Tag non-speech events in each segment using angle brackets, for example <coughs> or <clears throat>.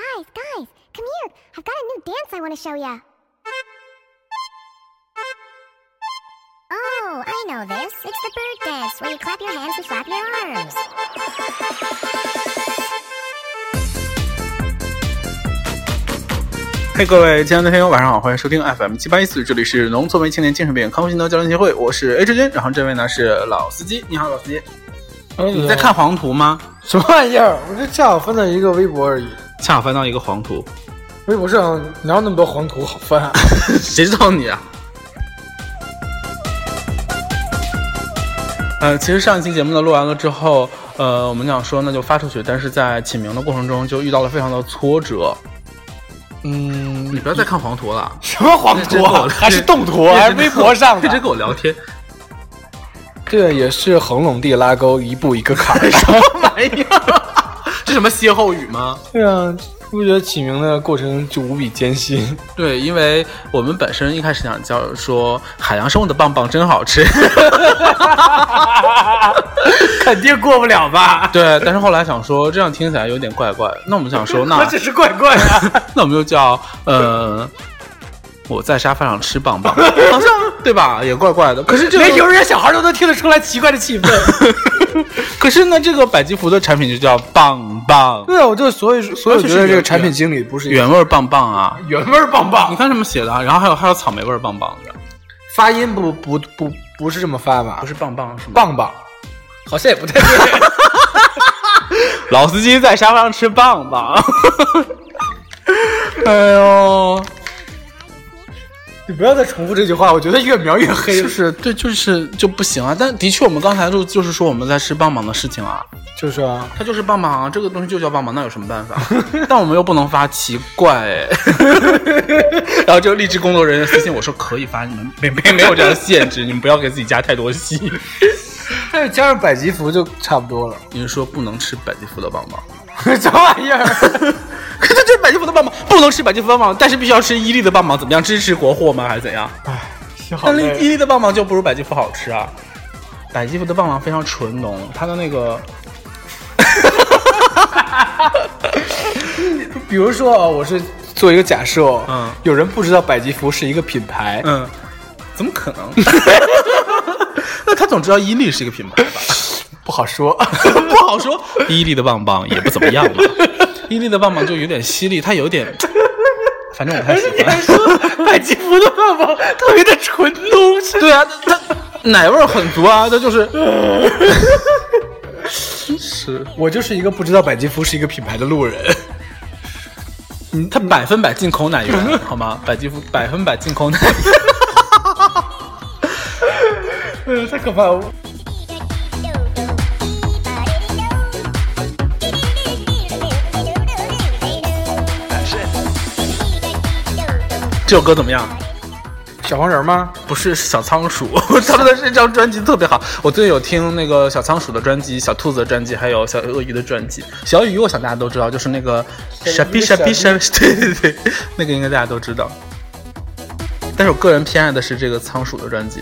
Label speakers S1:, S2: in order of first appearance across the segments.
S1: guys, come here. I've got a new dance I want to show ya.
S2: Oh, I know this. It's the bird dance where you clap your hands and flap your arms.
S3: 嘿各位亲爱的听友，晚上好，欢迎收听 FM 七八一四，这里是农村为青年精神病康复心得交流协会，我是 H 君，然后这位呢是老司机，你好，老司机，你在看黄图吗？
S4: 什么玩意哎儿？我就恰好翻到一个微博而已，
S3: 恰好翻到一个黄图，
S4: 微博上哪有那么多黄图好翻啊？
S3: 谁知道你啊？呃，其实上一期节目呢录完了之后，呃，我们想说那就发出去，但是在起名的过程中就遇到了非常的挫折。
S4: <laughs> 嗯，
S3: 你不要再看黄图了，
S4: 什么黄
S3: 这
S4: 图
S3: 真
S4: 啊
S3: 狗？
S4: 还是动图？
S3: 这真
S4: 还是微博上
S3: 这真
S4: 的？
S3: 跟我聊天，
S4: 这也是横垄地拉钩，一步一个坎 <laughs> 儿。
S3: <laughs> 哎呀， <laughs> 这什么歇后语吗？
S4: 对啊，不觉得起名的过程就无比艰辛？
S3: 对，因为我们本身一开始想叫说海洋生物的棒棒真好吃，
S4: <laughs>
S3: <laughs>
S4: 肯定过不了吧？
S3: 对，但是后来想说这样听起来有点怪怪，那我们想说 <laughs> 那
S4: 我只是怪怪 <laughs> 啊。
S3: 那我们就叫呃，我在沙发上吃棒 <laughs> 棒，好像对吧？也怪怪的。可是这
S4: 连幼
S3: 个，
S4: 儿园小孩都能听得出来奇怪的气氛。
S3: 可是呢，这个百吉福的产品就叫棒棒，
S4: <laughs> 对啊，我就所以所以我觉
S3: 而且
S4: 得
S3: 是
S4: 这个产品经理不是一个
S3: 原味棒棒啊！
S4: 原味儿棒棒
S3: 你，看这么写的啊，然后还有还有草莓味棒棒的，
S4: 发音不不不不是这么发吧？
S3: 不是棒棒是吗？
S4: 棒棒，好像也不太对。
S3: 老司机在沙发上吃棒棒。 <laughs> 哎呦，
S4: 你不要再重复这句话，我觉得越描越黑
S3: 是不是？对，就是就不行啊。但的确，我们刚才就就是说我们在吃棒棒的事情啊，
S4: <laughs> 就是啊，
S3: 它就是棒棒啊，这个东西就叫棒棒，那有什么办
S4: <laughs>
S3: 法？但我们又不能发，奇怪 <laughs> 哎。然后就励志工作人员私信我说可以发，你们没没没有这样的限制，你们不要给自己加太多戏。
S4: 但是加上百吉福就差不 <laughs> 多了。
S3: 你是说不能吃百吉福的棒棒？ <laughs>
S4: 什么玩意儿？
S3: 可是这百吉福的棒棒不能吃百吉福的棒棒，但是必须要吃伊利的棒棒，怎么样？支持国货吗？还是怎样？
S4: 好
S3: 但是伊
S4: 累。
S3: 利的棒棒就不如百吉福好吃啊！百吉福的棒棒非常纯浓，它的那个
S4: 比如说啊，我是做一个假设哦，
S3: 嗯
S4: 有人不知道百吉福是一个品牌，
S3: 嗯，怎么可能？ <laughs> 那他总知道伊利是一个品牌
S4: <laughs>
S3: 吧？
S4: 不好说。 <laughs>
S3: 不好说，伊利的棒棒也不怎么样吧。伊利的棒棒就有点犀利，它有
S4: <laughs>
S3: 点，反正我不太喜欢。
S4: 百吉福的棒棒特别的纯浓，是
S3: 对啊，它奶味儿很足啊，它就是
S4: 我就是一个不知道百吉福是一个品牌的 <laughs> 路人。
S3: 嗯它百分百进口奶源，好吗？百吉福百分百进口奶源。
S4: 嗯，太可怕了。
S3: 这首歌怎么样？
S4: 小黄人吗？
S3: 不是小仓鼠， <laughs> 他们的这张专辑特别好。我最近有听那个小仓鼠的专辑、小兔子的专辑，还有小鳄鱼的专辑。小鳄鱼我想大家都知道，就是那个傻
S4: 小
S3: 逼
S4: 鱼
S3: 傻
S4: 傻
S3: 逼
S4: 逼
S3: 傻逼，对对 <laughs> 对，那个应该大家都知道。但是我个人偏爱的是这个仓鼠的专辑。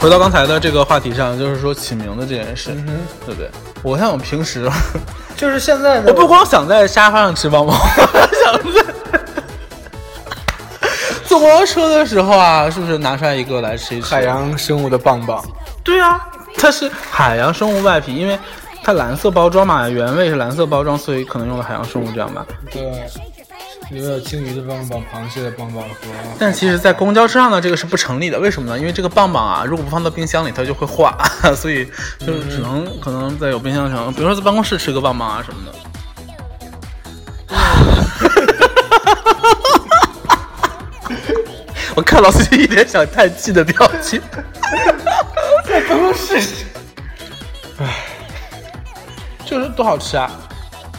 S3: 回到刚才的这个话题上，就是说起名字这件事，
S4: 嗯
S3: 对不对？我像我平时，
S4: 就是现在
S3: 我
S4: 的
S3: <laughs> 不光想在沙发上吃棒棒，我还 <laughs> 想在 <laughs> 坐公交车的时候啊，是不是拿出来一个来吃一吃？
S4: 海洋生物的棒棒，
S3: 对啊，它是海洋生物外皮，因为它蓝色包装嘛，原味是蓝色包装，所以可能用了海洋生物这样吧。
S4: 对，也有鲸鱼的棒棒、螃蟹的棒棒和
S3: 但其实，在公交车上呢，这个是不成立的。为什么呢？因为这个棒棒啊，如果不放到冰箱里，它就会化， <laughs> 所以就是只能、可能在有冰箱上，比如说在办公室吃个棒棒啊什么的。 <laughs> 我看老司机一脸想叹气的表情。
S4: 办公室，
S3: 就是多好吃啊！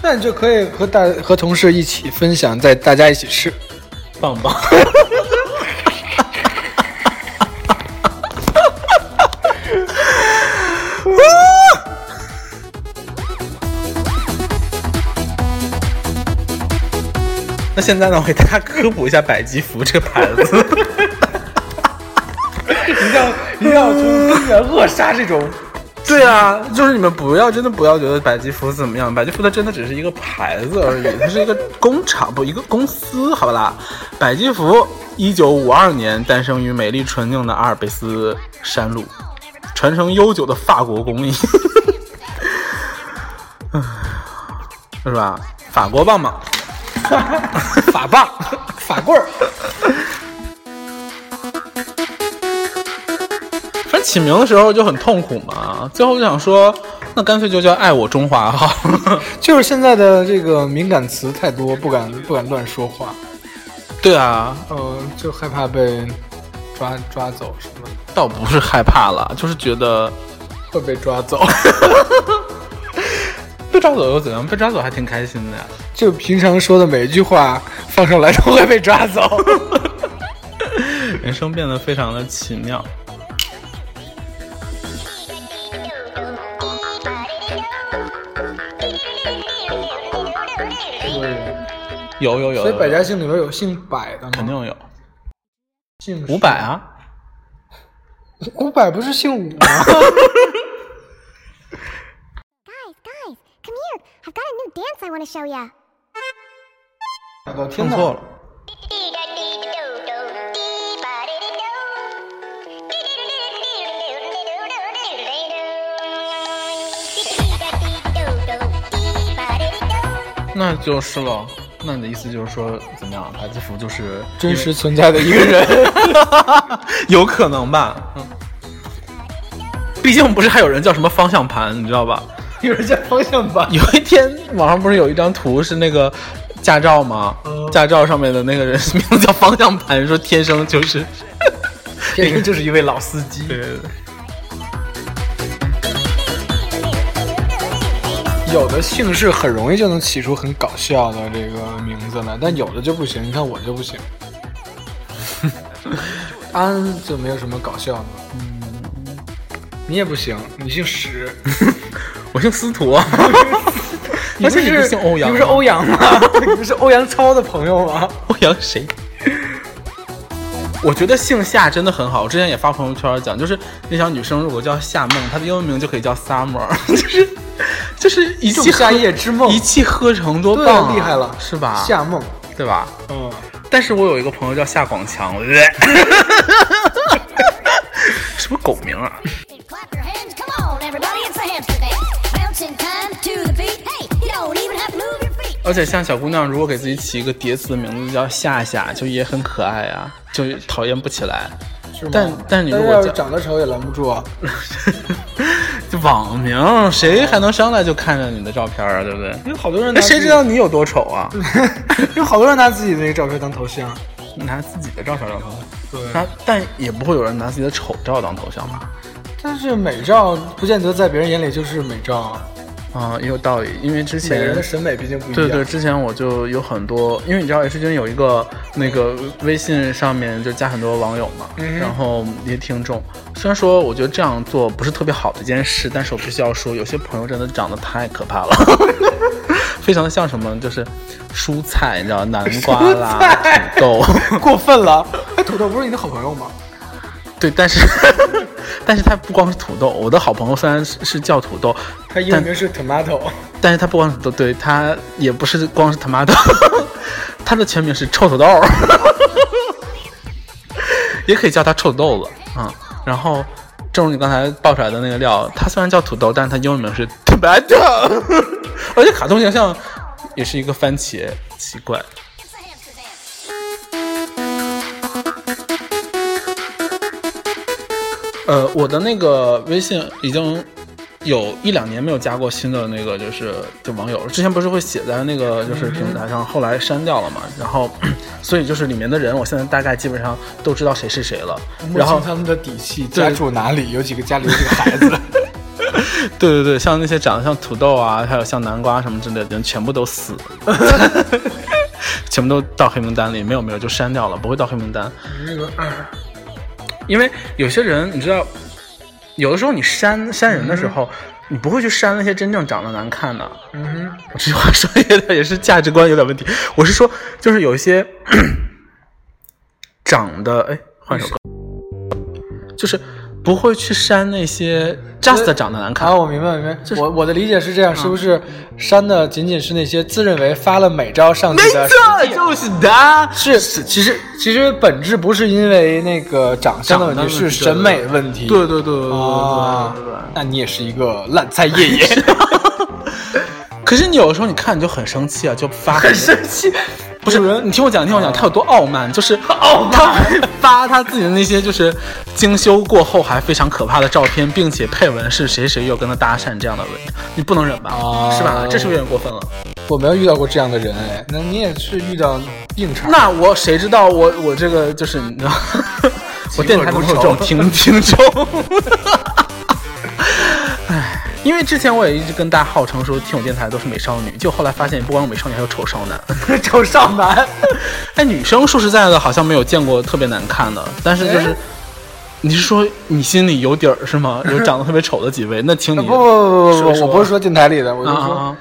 S4: 那你就可以和大和同事一起分享，在大家一起吃。
S3: 棒 <laughs> 棒。那现在呢，我给大家科普一下百吉福这个牌子。
S4: 定要一定 <laughs> 要从根源扼杀这种。
S3: 对啊，就是你们不要真的不要觉得百吉福怎么样，百吉福它真的只是一个牌子而已，它是一个工厂不一个公司，好不啦？百吉福一九五二年诞生于美丽纯净的阿尔卑斯山路，传承悠久的法国工艺， <laughs> 唉是吧？法国棒棒，
S4: 法棒、 <laughs> 法棍儿，
S3: 反正起名的时候就很痛苦嘛，最后就想说，那干脆就叫爱我中华好了。 <laughs>
S4: 就是现在的这个敏感词太多，不敢不敢乱说话，
S3: 对啊，
S4: 呃，就害怕被抓抓走什么，
S3: 倒不是害怕 <laughs> 了，就是觉得
S4: 会被抓走。 <laughs>
S3: 被抓走又怎样？被抓走还挺开心的呀。 <laughs>
S4: 就平常说的每一句话放上来都会被抓走。
S3: 人生变得非常的奇妙。有有有，
S4: 所以
S3: 有
S4: 百
S3: 有
S4: 家姓里边有姓百的吗？
S3: 肯定有
S4: 姓
S3: 五百啊。
S4: 五百不是姓 <laughs> 武吗？
S1: Guys, guys, come here. I've got a new dance I want to show ya.
S4: 我听
S3: 弄错了。那就是喽。那你的意思就是说，怎么样？白吉福就是
S4: <laughs> 真实存在的一个 <laughs> 人，
S3: 有 <laughs> 可能吧？嗯，毕竟不是还有人叫什么方向盘，你知道吧？
S4: 有人叫方向盘。
S3: <laughs> 有一天网上不是有一张图是那个驾照吗？
S4: 嗯
S3: 驾照上面的那个人名字叫方向盘，说天生
S4: <laughs>
S3: 就是。
S4: 这个就是一位老司机。
S3: 对对对。
S4: 有的姓氏很容易就能起出很搞笑的这个名字来，但有的就不行。你看我就不 <laughs> 行，安就没有什么搞笑的。嗯，你也不行，你姓史，
S3: 我姓司徒，
S4: <laughs> 你
S3: 而且你不姓欧阳
S4: 你不是欧阳吗？ <laughs> 你不是欧阳超的朋友吗？
S3: 欧阳谁？我觉得姓夏真的很好，我之前也发朋友圈讲，就是那小女生如果叫夏梦，她的英文名就可以叫 Summer，就是 <laughs> 就是一气
S4: 仲夏
S3: 呵
S4: 夜之梦
S3: 一气呵成，多
S4: 对
S3: 棒、啊，
S4: 厉害了，
S3: 是吧？
S4: 夏梦，
S3: 对吧？
S4: 嗯，
S3: 但是我有一个朋友叫夏广强， <laughs> 是不是狗名啊？
S2: Clap your hands, come on, everybody, it's a hamster dance. Bouncing time to the beat. Hey, you don't even have to move your feet.
S3: 而且像小姑娘，如果给自己起一个叠词的名字叫夏夏，就也很可爱啊，就讨厌不起 <laughs> 来。
S4: 嗯是吗
S3: 但但你如果
S4: 要是
S3: 叫
S4: 长得丑也拦不住啊。
S3: 这网名谁还能上来就看着你的照片啊？对不对？
S4: 有好多人
S3: 那
S4: 拿自
S3: 谁
S4: 己
S3: 知道你有多丑啊？
S4: <laughs> 有好多人拿自己的那个照片当头像。
S3: 拿自己的照片当头像，
S4: 对
S3: 拿但也不会有人拿自己的丑照当头像吧？
S4: 但是美照不见得在别人眼里就是美照啊，
S3: 啊、也有道理，因为之
S4: 每个人
S3: 前
S4: 的审美毕竟不一样。
S3: 对对，之前我就有很多，因为你知道 H 君有一个那个微信上面就加很多网友嘛，然后一些听众。虽然说我觉得这样做不是特别好的一件事，但是我必须要说，有些朋友真的长得太可怕了， <laughs> 非常的像什么，就是蔬菜，你知道，南瓜啦、土豆，
S4: <laughs> 过分了。哎，土豆不是你的好朋友吗？
S3: <laughs> 对，但是 <laughs> 但是他不光是土豆，我的好朋友虽然是是叫土豆，
S4: 他英文名是 tomato，
S3: 但是他不光是土豆，对他也不是光是 tomato，他的全名是臭土豆， <laughs> 也可以叫他臭豆子啊、然后，正如你刚才爆出来的那个料，他虽然叫土豆，但是他英文名是 tomato，而且 <laughs> 卡通形象也是一个番茄，奇怪。呃，我的那个微信已经有一两年没有加过新的那个，就是就网友了。之前不是会写在那个就是平台上，后来删掉了嘛。然后， <coughs> 所以就是里面的人，我现在大概基本上都知道谁是谁了。然后
S4: 摸清他们的底细，
S3: 对
S4: 家住哪里，有几个家里有几个孩 <laughs> 子，
S3: 对对对，像那些长得像土豆啊，还有像南瓜什么之类的人，全部都死，全部都到黑名单里。没有没有，就删掉了，不会到黑名单。
S4: 那个哎
S3: 因为有些人，你知道，有的时候你删删人的时候，你不会去删那些真正长得难看的。嗯哼，我这句话说也也是价值观有点问题。我是说，就是有一些长得哎，换首歌。就是不会去删那些 just 长得难看
S4: 啊，。我明白明白，
S3: 就是
S4: 我我的理解是这嗯样，是不是删的仅仅是那些自认为发了美照上去的？
S3: 这就是的，
S4: 是，其实其实本质不是因为那个长相的问题，
S3: 长得
S4: 是审美问题。
S3: 对对对对对对
S4: 啊
S3: 对对对。，
S4: 那你也是一个烂菜叶爷，
S3: 可是你有的时候你看你就很生气啊，就发很生气。不是
S4: 有人，
S3: 你听我讲，你听我讲，他有多傲慢，就是 <laughs> 傲慢，他会发他自己的那些就是精修过后还非常可怕的照片，并且配文是谁谁又跟他搭讪这样的文，你不能忍吧？
S4: 哦
S3: 是吧？这是不是有点过分了？
S4: 我没有遇到过这样的人哎，那你也是遇到硬茬。
S3: 那我谁知道我我这个就是你知道， <laughs> 我电台不会有这种听听众。 <laughs> 唉，因为之前我也一直跟大家号称说听我电台的都是美少女，就后来发现不光有美少女，还有丑少男。 <laughs>
S4: 丑少男，
S3: 哎，女生说实在的，好像没有见过特别难看的，但是
S4: 哎
S3: 就是，你是说你心里有底儿是
S4: <laughs>
S3: 吗？有长得特别丑的几位？那请你
S4: <laughs> 不不不不
S3: 说
S4: 不，
S3: 说
S4: 我不是说电台里的，我就
S3: 啊啊
S4: 说哦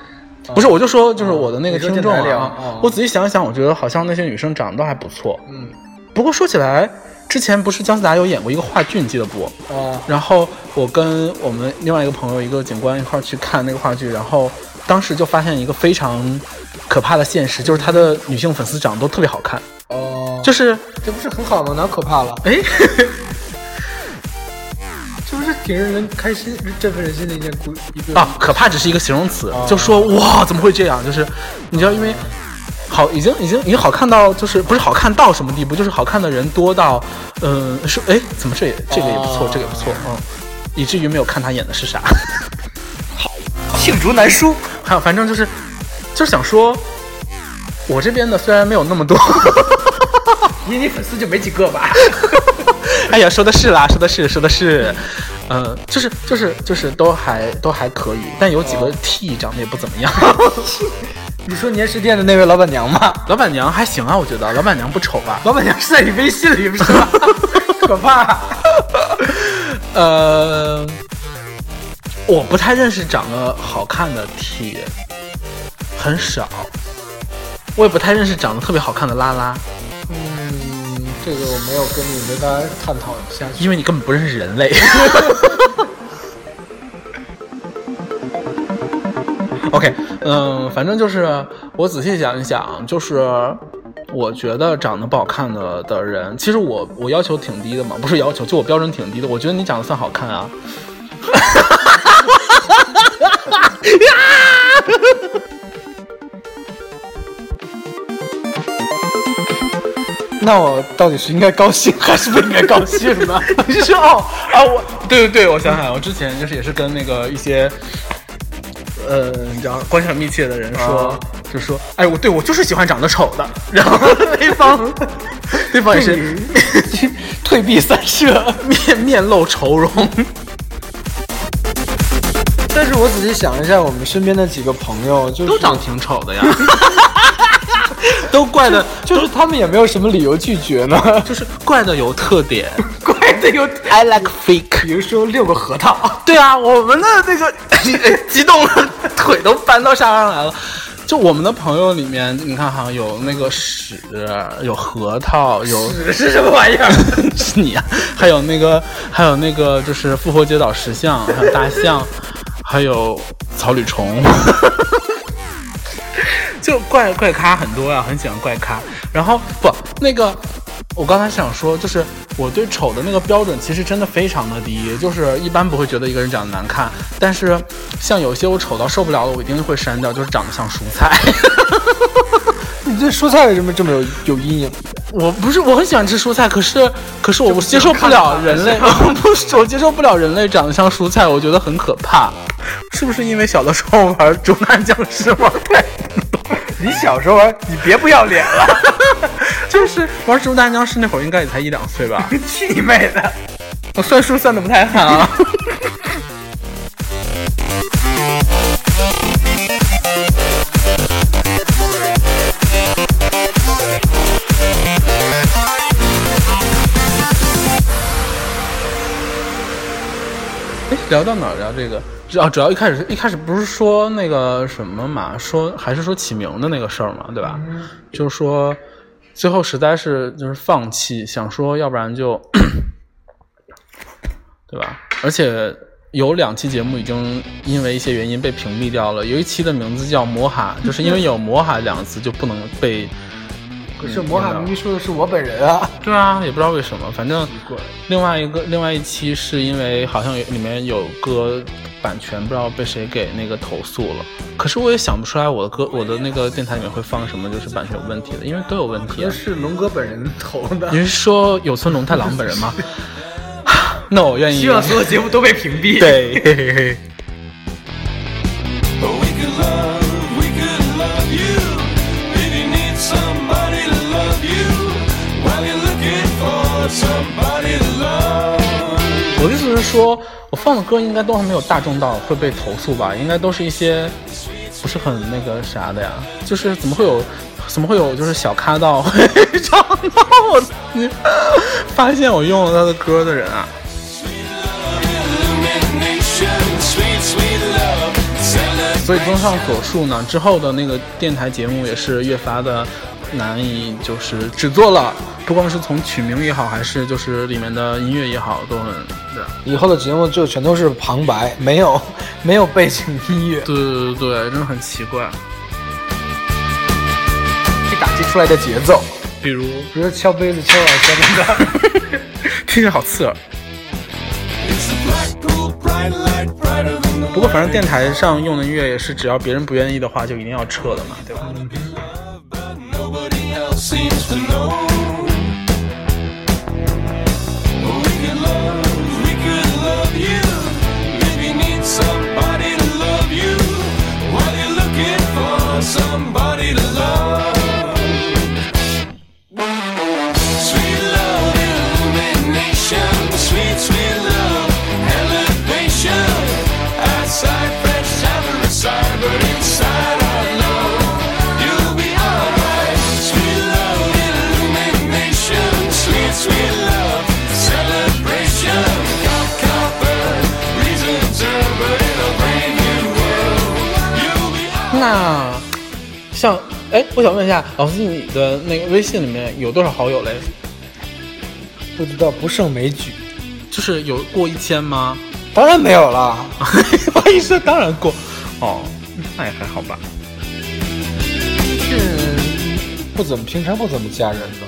S3: 啊！不是，我就说就是我的那个
S4: 你说
S3: 听众
S4: 电台里
S3: 啊
S4: 啊啊，
S3: 我仔细想一想，我觉得好像那些女生长得都还不错。
S4: 嗯
S3: 不过说起来，之前不是姜思达有演过一个话剧，你记得不？
S4: 啊，
S3: 然后我跟我们另外一个朋友一个警官一块儿去看那个话剧，然后当时就发现一个非常可怕的现实，就是他的女性粉丝长得都特别好看，
S4: 哦，
S3: 就
S4: 这
S3: 是
S4: 这不是很好吗？哪可怕了？
S3: 哎，
S4: 这不是挺让人开心、振奋人心的一件故一个
S3: 啊，可怕只是一个形容词
S4: 哦，
S3: 就说哇，怎么会这样？就是你知道，因为好，已经已经已经好看到，就是不是好看到什么地步，就是好看的人多到，嗯、呃，说哎，怎么这也这个也不错，
S4: 哦
S3: 这个也不错，嗯，以至于没有看他演的是啥。
S4: 罄竹难书。
S3: 还有，反正就是就是想说，我这边的虽然没有那么多，
S4: <laughs> 你你粉丝就没几个吧？
S3: <laughs> 哎呀，说的是啦，说的是，说的是，呃，就是就是就是都还都还可以，但有几个
S4: 哦
S3: T 长得也不怎么样。 <laughs>
S4: 你说年食店的那位老板娘吗？
S3: 老板娘还行啊，我觉得老板娘不丑吧。<laughs>
S4: <laughs> 老板娘是在你微信里是吧？ <laughs> 可怕。啊
S3: 呃，我不太认识长得好看的 T，很少。我也不太认识长得特别好看的拉拉，
S4: 嗯，这个我没有跟你们大家探讨一下去。
S3: 因为你根本不认识人类。OK，嗯、反正就是我仔细想一想，就是我觉得长得不好看的的人，其实我我要求挺低的嘛，不是要求，就我标准挺低的。我觉得你长得算好看啊，
S4: 那我到底是应该高兴还是不应该高兴 <laughs> 呢？
S3: 你是说哦啊？我对对对，我想起来，我之前就是也是跟那个一些，呃，你知道关系很密切的人说，
S4: 啊
S3: 就说，哎，我对我就是喜欢长得丑的， <laughs> 然后对 <laughs> 方，对方也是 <laughs>
S4: 退避三舍。
S3: 面面露愁容，
S4: 但是我仔细想了一下，我们身边的几个朋友，就是
S3: 都长挺丑的呀， <laughs> 都怪的，
S4: 就是他们也没有什么理由拒绝呢。
S3: 就是怪的有特点。 <laughs>
S4: 怪的有，
S3: I like fake。
S4: 比如说六个核桃，
S3: <laughs> 对啊，我们的那个激 <laughs> 动了，腿都搬到沙发上来了。就我们的朋友里面，你看哈，有那个屎，有核桃，有
S4: 是什么玩意儿？
S3: <laughs> 是你啊，还有那个，还有那个，就是复活节岛石像，还有大象，还有草履虫， <laughs> 就怪怪咖很多啊，很喜欢怪咖。然后不，那个我刚才想说，就是我对丑的那个标准其实真的非常的低，就是一般不会觉得一个人长得难看，但是像有些我丑到受不了的，我一定会删掉，就是长得像蔬菜。
S4: <laughs>
S3: <laughs>
S4: 你对蔬菜为什么这么有有啊阴影？
S3: 我不是我很喜欢吃蔬菜，可是可是我接受不了人类，
S4: 就不
S3: <laughs> 我不是我接受不了人类长得像蔬菜，我觉得很可怕。是不是因为小的时候玩竹篮僵尸玩太， <laughs>
S4: 你小时候玩，你别不要脸了，
S3: 就是玩竹篮僵尸那会儿应该也才一两岁吧？
S4: 去你妹的！
S3: <laughs> 我算数算的不太好啊。哎，聊到哪儿聊这个？只哦要只要一开始一开始不是说那个什么嘛，说还是说起名的那个事儿嘛，对吧？就是说最后实在是就是放弃，想说要不然就对吧？而且有两期节目已经因为一些原因被屏蔽掉了，有一期的名字叫“魔哈”，就是因为有“魔哈”两个字就不能被。
S4: 可是魔法迷说的是我本人 <laughs> 啊。
S3: 对啊，也不知道为什么，反正另外一个另外一期是因为好像有里面有歌版权，不知道被谁给那个投诉了。可是我也想不出来我的歌我的那个电台里面会放什么就是版权有问题的，因为都有问题啊。
S4: 是龙哥本人投的 <laughs>
S3: 你，是说有村龙太郎本人吗？ <sighs> 那我愿意。
S4: 希望所有节目都被屏蔽。，
S3: 对，嘿嘿嘿
S5: Oh, We could love, we could love you. If you need somebody to love you, while you're looking for somebody to love.
S3: 我的意思是说，我放的歌应该都还没有大众到会被投诉吧？应该都是一些不是很那个啥的呀。就是怎么会有，怎么会有就是小咖到会 <laughs> 找到我的， <laughs> 发现我用了他的歌的人啊？
S5: Illumination, sweet, sweet love. Celebrate.
S3: 所以综上所述呢，之后的那个电台节目也是越发的难以就是制作了，不光是从取名也好，还是就是里面的音乐也好，都很对。
S4: <laughs> 以后的节目就全都是旁白，没有 <laughs> 没有背景音乐。
S3: 对对对对，真的很奇怪。
S4: 这打击出来的节奏，
S3: 比如 <laughs>
S4: 比如敲杯子、敲碗、敲蛋糕。
S3: 听着好刺耳。
S5: It's the Blackpool bright light, brighter than the
S3: 不过反正电台上用的音乐也是，只要别人不愿意的话，就一定要撤的嘛，对吧？
S5: love, but nobody else seems to know. We could love, we could love you. If you need somebody to love you, while you're looking for somebody to love. Sweet love, illumination, sweet, sweet love, elevation. Outside, fresh out side, but inside, I know you'll be alright. Sweet love, illumination, sweet, sweet love, celebration. Got copper, reasons are, but in a brand new world, you'll be alright.
S3: 那像哎，我想问一下，老师你的那个微信里面有多少好友嘞？
S4: <laughs> 不知道不胜枚举，
S3: 就是有过一千吗？ <laughs>
S4: 当然没有了。
S3: 不好意思，当然过。哦，那也还好吧。
S4: 是不怎么平常不怎么加人吧，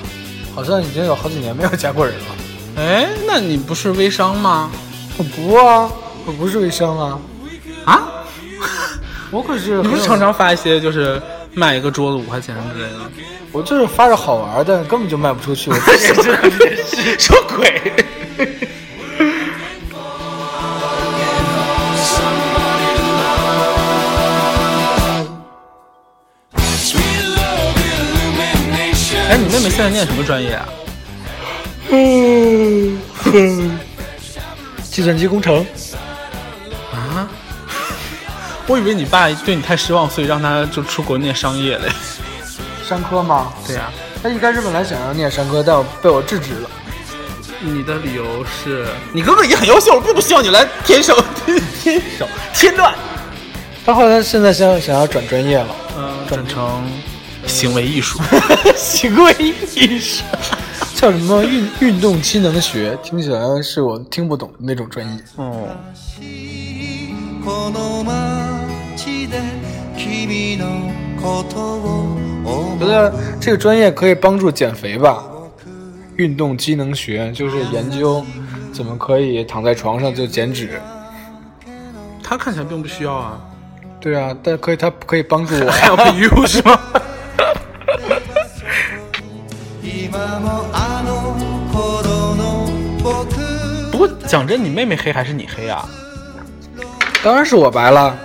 S4: 好像已经有好几年没有加过人了。
S3: 哎，那你不是微商吗？
S4: 我不啊，我不是微商啊，
S3: 啊，
S4: 我可是
S3: 你不
S4: 很
S3: 是
S4: 有
S3: 常常发一些就是卖一个桌子五块钱之类 <laughs> 的？
S4: 我就是发着好玩儿，但根本就卖不出 <laughs> 去。我自己
S3: 说鬼！
S5: Sweet love, illumination.
S3: 哎，你妹妹现在念什么专业啊？
S4: 计算机工程，
S3: 我以为你爸对你太失望，所以让他就出国念商业嘞。
S4: 商科吗？
S3: 对呀、
S4: 他一开始本来想要念商科，但我被我制止了。
S3: 你的理由是你哥哥也很优秀，并不需要你来添手 <laughs> 添手添乱。
S4: 他后来现在想想要转专业了，
S3: 嗯，转成行为艺术。
S4: 行为艺术 <laughs> 叫什么运运动机能学，听起来是我听不懂的那种专业。
S3: 哦，
S6: この街で君のことを思
S4: 觉得这个专业可以帮助减肥吧？运动机能学就是研究怎么可以躺在床上就减脂。
S3: 他看起来并不需要啊。
S4: 对啊，但可以，它可以帮助我 <laughs> 呀。
S3: Help you 是吗？
S6: 今もあの頃の僕
S3: <laughs> 不过讲真，你妹妹黑还是你黑啊？
S4: 当然是我白了，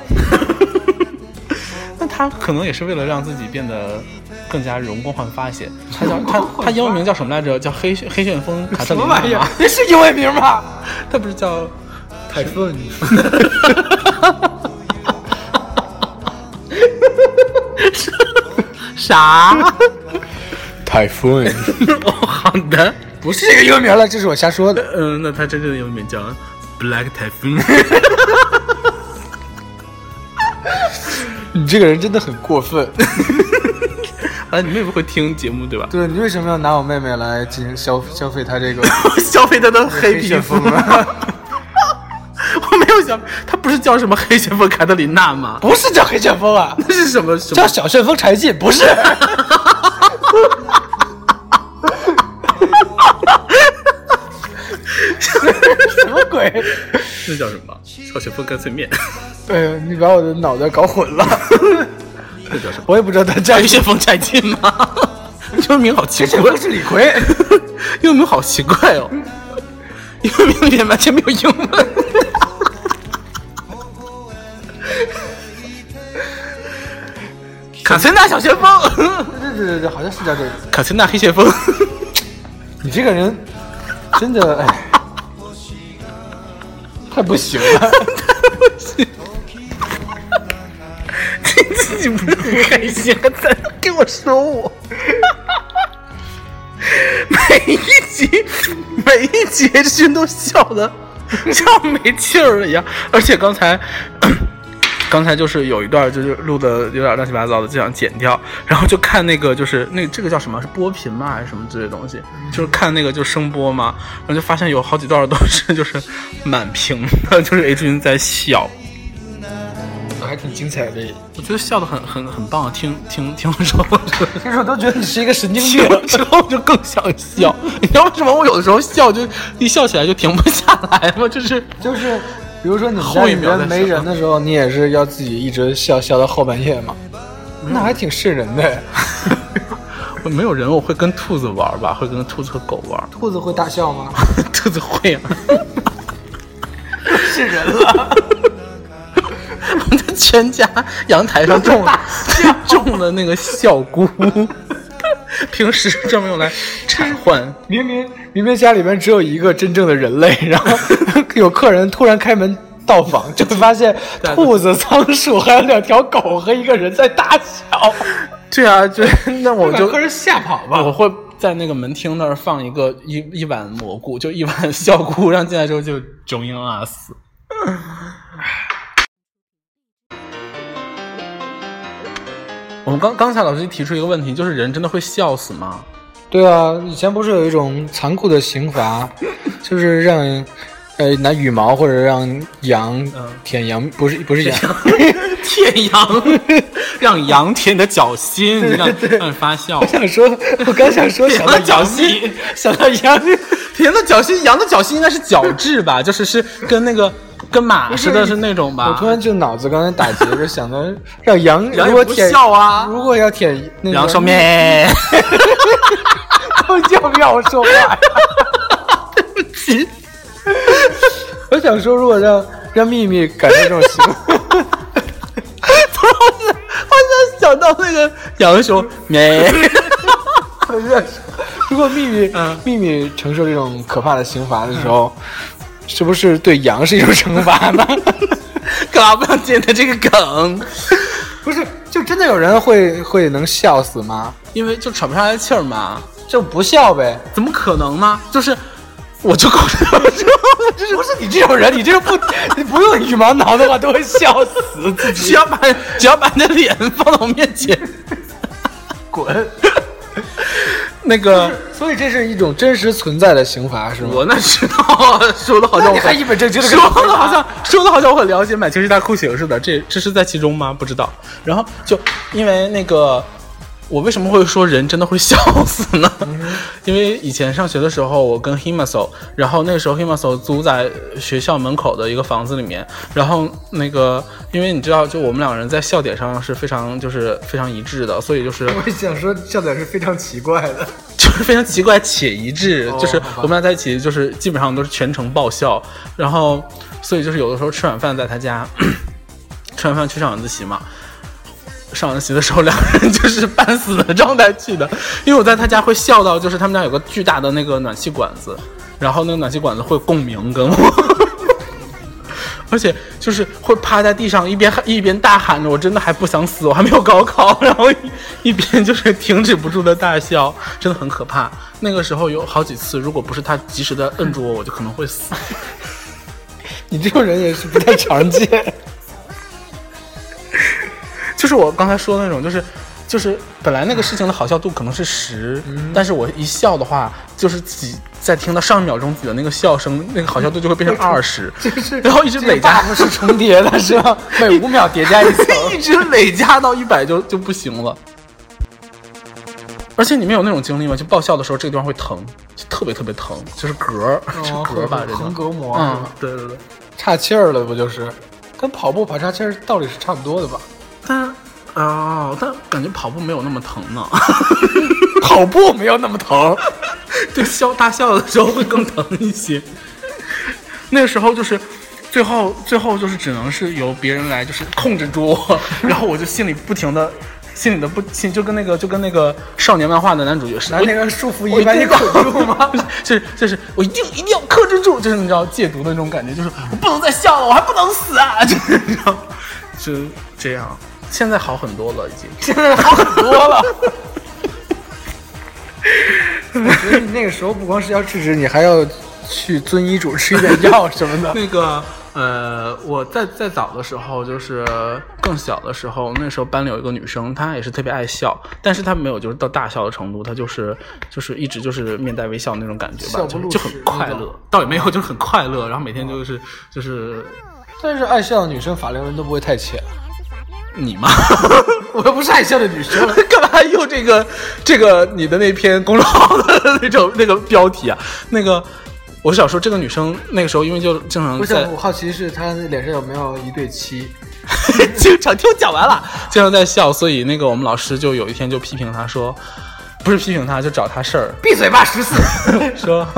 S3: 那她可能也是为了让自己变得更加容光焕发一些。她叫她她英文名叫什么来着？叫黑旋黑旋风卡特琳娜吗？
S4: 那是英文名吗？
S3: 她不是叫
S4: 泰顺，
S3: <laughs> 啥？
S4: 泰顺，
S3: 哦，好的。
S4: 不是这个英文名了，这是我瞎说的。
S3: 嗯，那他真正的英文名叫 Black <laughs> Typhoon。
S4: 你这个人真的很过分。
S3: 啊，你妹妹会听节目对 <laughs> 吧？
S4: 对你为什么要 <laughs> 拿我妹妹来进行消消费她这个
S3: <laughs> 消费他的黑皮肤
S4: 风。啊？ <laughs>
S3: 有想，他不是叫什么黑旋风卡特琳娜吗？
S4: 不是叫黑旋风啊，
S3: 那是什么什
S4: 叫
S3: 么？
S4: 小旋风柴进， <laughs> 不是。什么鬼？
S3: 那叫什么？小旋风干脆 <laughs> 面？
S4: 哎呀，你把我的脑袋搞混了，
S3: 那叫什么？
S4: 我也不知道他叫
S3: 黑旋风柴进吗？ <laughs> 这名好奇怪，
S4: 是李逵。
S3: <laughs> 英文名好奇怪哦，英文名里面完全没有英文。卡翠娜小旋风，
S4: <laughs>
S3: <laughs>
S4: 对对对对，好像是叫这个。
S3: 卡翠娜黑旋风，
S4: 你这个人真的，哎，太不行了。
S3: 你自己不是很开心，还在那给我说我。 <laughs> 每一集，每一集君都笑的 <laughs> 像没气儿了一样，而且刚才。 <clears throat> 刚才就是有一段就是录的有点乱七八糟的，就想剪掉，然后就看那个就是那这个叫什么是播频吗还是什么之类的东西，就是看那个就声波嘛，然后就发现有好几段都是就是满屏的， <laughs> 就是 H 君在笑，
S4: 还挺精彩的，
S3: 我觉得笑的很很很棒，听听听的时候，
S4: 其实我都觉得你 <laughs> 是一个啊神经
S3: 听 <laughs>
S4: 病。
S3: 了之后就更想笑。你知道为什么我有的时候笑就一笑起来就停不下来吗？就是
S4: 就是比如说你
S3: 后一
S4: 家
S3: 秒
S4: 里
S3: 再
S4: 面没
S3: 想
S4: 人的时候，你也是要自己一直笑笑到后半夜嘛，那还挺瘆人 <laughs> 的。
S3: 我没有人，我会跟兔子玩吧，会跟兔子和狗玩。
S4: 兔子会大笑吗？
S3: <laughs> 兔子会 <laughs> 啊，
S4: 是人了，
S3: 我们全家阳台上种了 <laughs> 种了那个笑 <laughs> 菇，平时专门用来铲换。
S4: 明明明明家里面只有一个真正的人类，然后 <laughs> 有客人突然开门。到访就发现
S3: 对
S4: 兔子、仓鼠还有两条狗和一个人在大 <laughs> 笑，
S3: 对啊，就那我 <laughs>
S4: 把
S3: 就
S4: 客人吓跑吧。
S3: 我会在那个门厅那儿放一个一一碗蘑菇，就一碗 <laughs> 笑菇，让进来之后就 join us。我们刚刚才老师提出一个问题，就是人真的会笑死吗？
S4: 对啊，以前不是有一种残酷的刑罚，就是让，呃，拿羽毛或者让羊舔羊，不是 <laughs> 不是羊，
S3: 舔羊， <laughs> 让羊舔你的脚心，让让你发笑
S4: 我。想说，我刚想
S3: <laughs>
S4: 说想
S3: 舔
S4: 到
S3: 了脚心，
S4: <laughs> 想到羊，
S3: 舔了脚心，羊的脚心应该是角质吧？就是是跟那个跟马似的，是那种吧？
S4: <laughs> 我突然就脑子刚才打结，就想到让
S3: <laughs>
S4: 羊
S3: 羊
S4: 如
S3: 也
S4: 果
S3: 不
S4: 舔，
S3: 笑啊，
S4: 如果要舔那个
S3: 羊说，<laughs>
S4: <laughs>
S3: 咩。
S4: 要不要我说话 <laughs> 呀？我想说，如果让让秘密感受这种行为，
S3: 不是，我现在我现在想到那个杨
S4: <laughs>
S3: 雄 <laughs> 没，
S4: 我就 <laughs> 想说如果秘密、
S3: 嗯
S4: 秘密承受这种可怕的刑罚的时候，是不是对羊是一种惩罚呢？ <laughs>
S3: 干嘛不想接你的这个梗？
S4: 不是，就真的有人会会能笑死吗？
S3: 因为就喘不上来气儿嘛，
S4: 就不笑呗。
S3: 怎么可能呢？就是，我就搞我 <laughs> 就
S4: 不是你这种人，你这个不你不用羽毛挠的话，都会笑死自己。
S3: 只要把只要把你的脸放到我面前，
S4: 滚！
S3: <laughs> 那个
S4: 所以这是一种真实存在的刑罚，是吗？
S3: 我哪知道啊？说的好像
S4: 哦那
S3: 我
S4: 你还
S3: 很
S4: 一本正经的
S3: 说的好像 <laughs> 说的好像我很了解买情绪大酷刑似的，这这是在其中吗？不知道。然后就因为那个，我为什么会说人真的会笑死呢？因为以前上学的时候，我跟 Himaso，然后那时候 Himaso 租在学校门口的一个房子里面，然后那个因为你知道，就我们两个人在笑点上是非常就是非常一致的，所以就是
S4: 我想说笑点是非常奇怪的。
S3: 就是非常奇怪且一致，
S4: 哦
S3: 就是
S4: 好吧
S3: 我们俩在一起，就是基本上都是全程爆笑，然后所以就是有的时候吃晚饭在他家，吃完饭去上晚自习嘛。上完自习的时候，两个人就是半死的状态去的，因为我在他家会笑到，就是他们家有个巨大的那个暖气管子，然后那个暖气管子会共鸣跟我，而且就是会趴在地上一边喊一边大喊着，我真的还不想死，我还没有高考，然后一一边就是停止不住的大笑，真的很可怕。那个时候有好几次，如果不是他及时的摁住我，我就可能会死。
S4: <laughs> 你这种人也是不太 <laughs> 常见。
S3: 就是我刚才说的那种，就是就是本来那个事情的好笑度可能是十、
S4: 嗯
S3: 但是我一笑的话，就是自己在听到上一秒钟自己的那个笑声，那个好笑度就会变成二
S4: <laughs>
S3: 十、然后一直
S4: 这
S3: 累
S4: 个
S3: 加
S4: buff 是重叠的，是
S3: <laughs>
S4: 吧？每五秒叠加一层。
S3: 一直累加到一百就就不行了。而且你们有那种经历吗？就爆笑的时候，这个地方会疼，就特别特别疼，就是嗝儿，
S4: 哦
S3: 是嗝儿吧？这
S4: 横
S3: 叫。
S4: 膈膜，
S3: 嗯，对对对。
S4: 岔气儿了，不就是？跟跑步跑岔气儿道理是差不多的吧？
S3: 但哦，但感觉跑步没有那么疼呢。
S4: <laughs> 跑步没有那么疼，
S3: 对，笑大笑的时候会更疼一些。那个时候就是，最后最后就是只能是由别人来就是控制住我，然后我就心里不停的，心里的不心就跟那个就跟那个少年漫画的男主角是哎
S4: 拿那个束缚
S3: <laughs> 我
S4: 衣
S3: 一
S4: 把
S3: 定
S4: 你
S3: 要
S4: 捆住吗？
S3: <laughs> 就是就是我一定一定要克制住，就是你知道戒毒的那种感觉，就是我不能再笑了，我还不能死啊， <laughs> 就是你知道，就这样。现在好很多了，已经。
S4: 现在好很多了。我觉得你那个时候不光是要制止你，还要去遵医嘱吃一点药什么的。
S3: <laughs> 那个呃，我在在早的时候，就是更小的时候，那时候班里有一个女生，她也是特别爱笑，但是她没有就是到大笑的程度，她就是就是一直就是面带微笑那种感觉吧，
S4: 笑不
S3: 就
S4: 露
S3: 就很
S4: 齿
S3: 快
S4: 那种
S3: 乐，倒也没有，就是很快乐，然后每天就是就是
S4: <laughs> 但是爱笑的女生法令纹都不会太浅。
S3: 你妈。
S4: 我又不是爱笑的女生，
S3: <laughs> 干嘛用这个这个你的那篇公众号的那种那个标题啊？那个我想说，这个女生那个时候因为就经常
S4: 我
S3: 在
S4: 想我好奇是她脸上有没有一对七？
S3: <laughs> 经常听我讲完了，经常在笑，所以那个我们老师就有一天就批评她说，不是批评她，就找她事 <laughs> 儿，
S4: 闭嘴吧，十四！
S3: 说。 <laughs>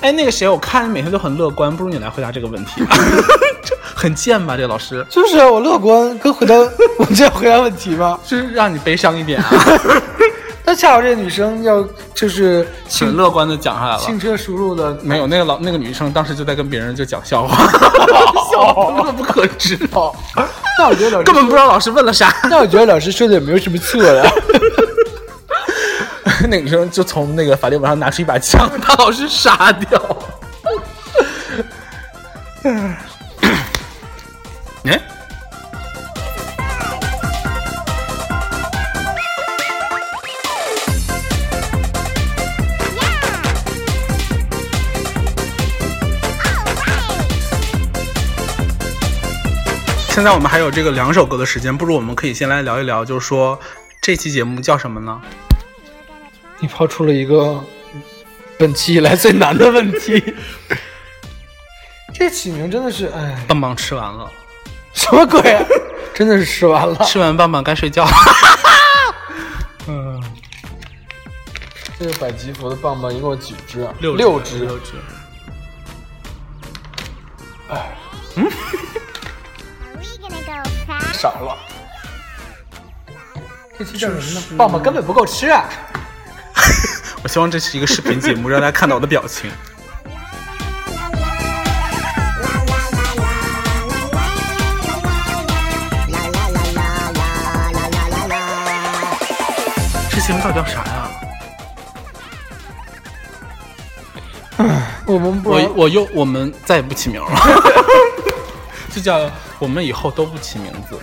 S3: 哎，那个谁，我看你每天都很乐观，不如你来回答这个问题 <laughs> 吧。这很贱吧，这个老师，
S4: 就是啊我乐观，跟回答 <laughs> 我这样回答问题吗？
S3: 就是让你悲伤一 <laughs> 点啊。
S4: 那恰好这女生要就是
S3: 挺
S4: 轻
S3: 乐观的讲下来了，
S4: 轻车熟路的，
S3: 没有，那个老那个女生当时就在跟别人就讲笑话，笑话根本不可知道，
S4: 那我觉 <laughs> 得老师
S3: 根本不知道老师问了啥。
S4: 那我觉得老师说的也没有什么错呀。 <laughs>
S3: 那个女生就从那个法令纹上拿出一把枪，把老师杀掉。哎，现在我们还有这个两首歌的时间，不如我们可以先来聊一聊，就是说这期节目叫什么呢？
S4: 你抛出了一个本期以来最难的问题。 <laughs> 这起名真的是，哎，
S3: 棒棒吃完了，
S4: 什么鬼、啊？真的是吃完了。
S3: 吃完棒棒该睡觉了。
S4: <laughs> 这个百吉福的棒棒一共有几只啊？只。
S3: 六只。
S1: Are we gonna go fast?
S4: 少了。这期叫什么呢？棒棒根本不够吃啊！
S3: 我希望这是一个视频节目，让大家看到我的表情。这节目到底叫啥呀？
S4: 我们不
S3: 我我又我们再也不起名了，就叫我们以后都不起名字。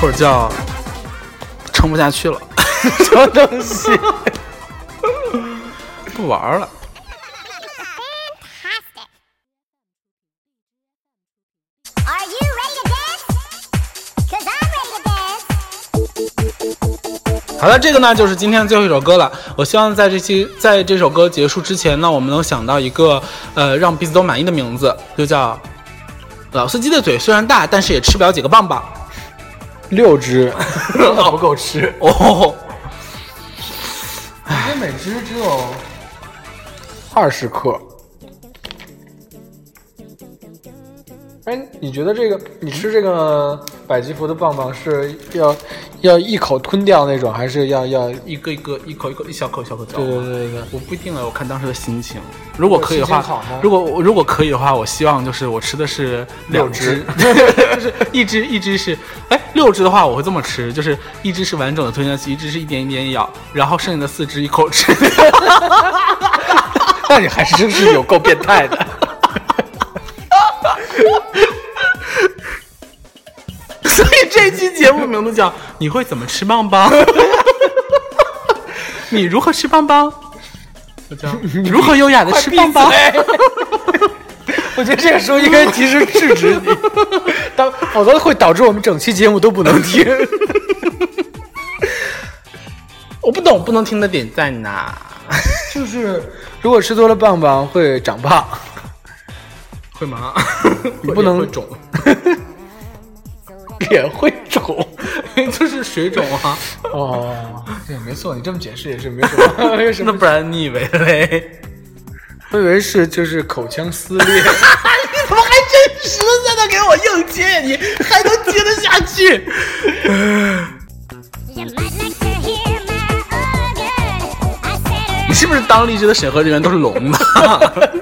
S3: 或者叫撑不下去了，
S4: 什么东 <laughs> 西？
S3: 不玩了。
S1: Fantastic.
S2: Are you ready to dance? Cause I'm ready to dance.
S3: 好了，这个呢就是今天最后一首歌了。我希望在这期在这首歌结束之前呢，我们能想到一个呃让彼此都满意的名字，就叫老司机的嘴虽然大，但是也吃不了几个棒棒。
S4: 六 <laughs> 只，不够吃。
S3: 哦，
S4: 这每只只有二十克。哎，你觉得这个你吃这个百吉福的棒棒是要要一口吞掉那种，还是要要？ <laughs>
S3: 一个一个，一口一口，一小口一小口嚼。
S4: 对对对对，
S3: 我不一定了，我看当时的心情。如果可以的
S4: 心情好
S3: 话
S4: 吗，
S3: 如果我如果可以的话，我希望就是我吃的是两只， <laughs> 就是一只一只是，哎，六只的话我会这么吃，就是一只是完整的吞下去，一只是一点一点咬，然后剩下的四只一口吃。 <laughs>
S4: 那你还是真是有够变态的。
S3: 这期节目名字叫“你会怎么吃棒棒”， <laughs> 你如何吃棒棒？就这样，如何优雅的 <laughs> 吃棒棒？
S4: <laughs> 我觉得这个时候应该及时制止你，当否则会导致我们整期节目都不
S3: <laughs>
S4: 能听。
S3: 我不懂，不能听的点在哪？
S4: 就是如果吃多了棒棒会长胖，
S3: 会吗？ <laughs>
S4: 你不能
S3: 会肿，
S4: <laughs> 脸会肿。
S3: 就是水肿啊。 <laughs>
S4: <laughs> 哦，也没错，你这么解释也是没什 <laughs> 么，没有什
S3: 那
S4: 么。
S3: 不然你以为 <laughs> 嘞？
S4: 我以为是就是口腔撕裂， <laughs>
S3: 你怎么还真实的在那给我硬接？你还能接得下去？
S2: You might like to hear my organ. I said
S3: <laughs> 你是不是当荔枝的审核人员都是聋 <laughs> 的？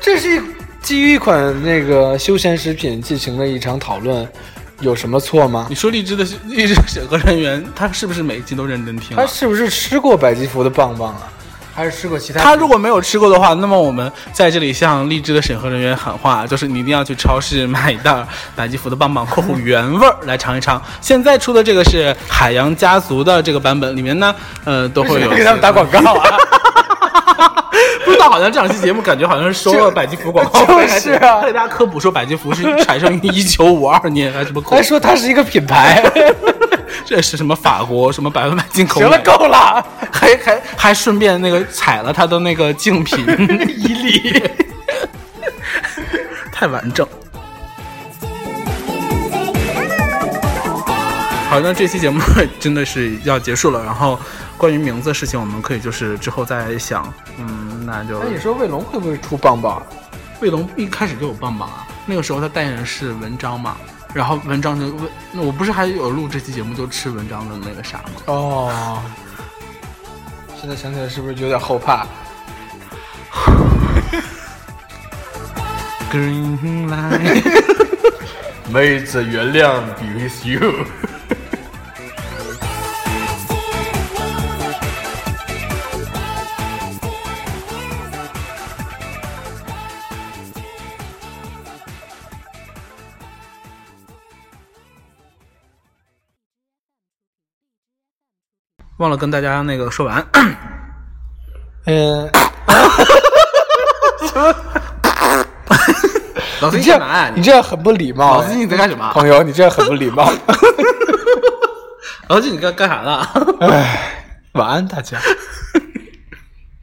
S4: 这是基于一款那个休闲食品进行的一场讨论，有什么错吗
S3: 你？说荔枝的荔枝审核人员，他是不是每一集都认真听啊、
S4: 他是不是吃过百吉福的棒棒啊？还是吃过其他？
S3: 他如果没有吃过的话，那么我们在这里向荔枝的审核人员喊话，就是你一定要去超市买一袋百吉福的棒棒（括弧原味儿）来尝一尝。现在出的这个是海洋家族的这个版本，里面呢，呃，都会 <laughs> 有
S4: 给他们打广告啊？
S3: <laughs> 不知道，好像这两期节目感觉好像是收了百吉福广告费，
S4: 就是啊
S3: 还给大家科普说百吉福是产生于一九五二年，还什么口
S4: <laughs> 还，说它是一个品 <laughs> 牌？
S3: 这是什么法国什么百分百进口
S4: 行
S3: 奶，
S4: 了，够 <laughs> 了，
S3: 还还还顺便那个踩了他的那个竞 <laughs> 品伊利， <laughs> 太完整。好，那这期节目 <laughs> 真的是要结束了。然后关于名字的事情，我们可以就是之后再想。嗯，那就
S4: 那你说卫龙会不会出棒棒？
S3: 卫龙一开始就有棒棒啊，那个时候他代言人是文章嘛，然后文章就问，那我不是还有录这期节目就吃文章的那个啥吗？
S4: 哦，现在想起来是不是有点后怕？
S3: Green light， <laughs>
S4: 妹子，原谅，be with you。
S3: 忘了跟大家那个说完，
S4: 嗯，
S3: <clears throat> 老
S4: 你
S3: 孙
S4: 这
S3: 干嘛呀
S4: 样你这样很不礼貌
S3: 老
S4: 哎。
S3: 司机你在干什么？啊
S4: 朋友，你这样很不礼 <laughs> 貌。
S3: <laughs> 老司机你干干啥呢？
S4: 哎，晚安大家。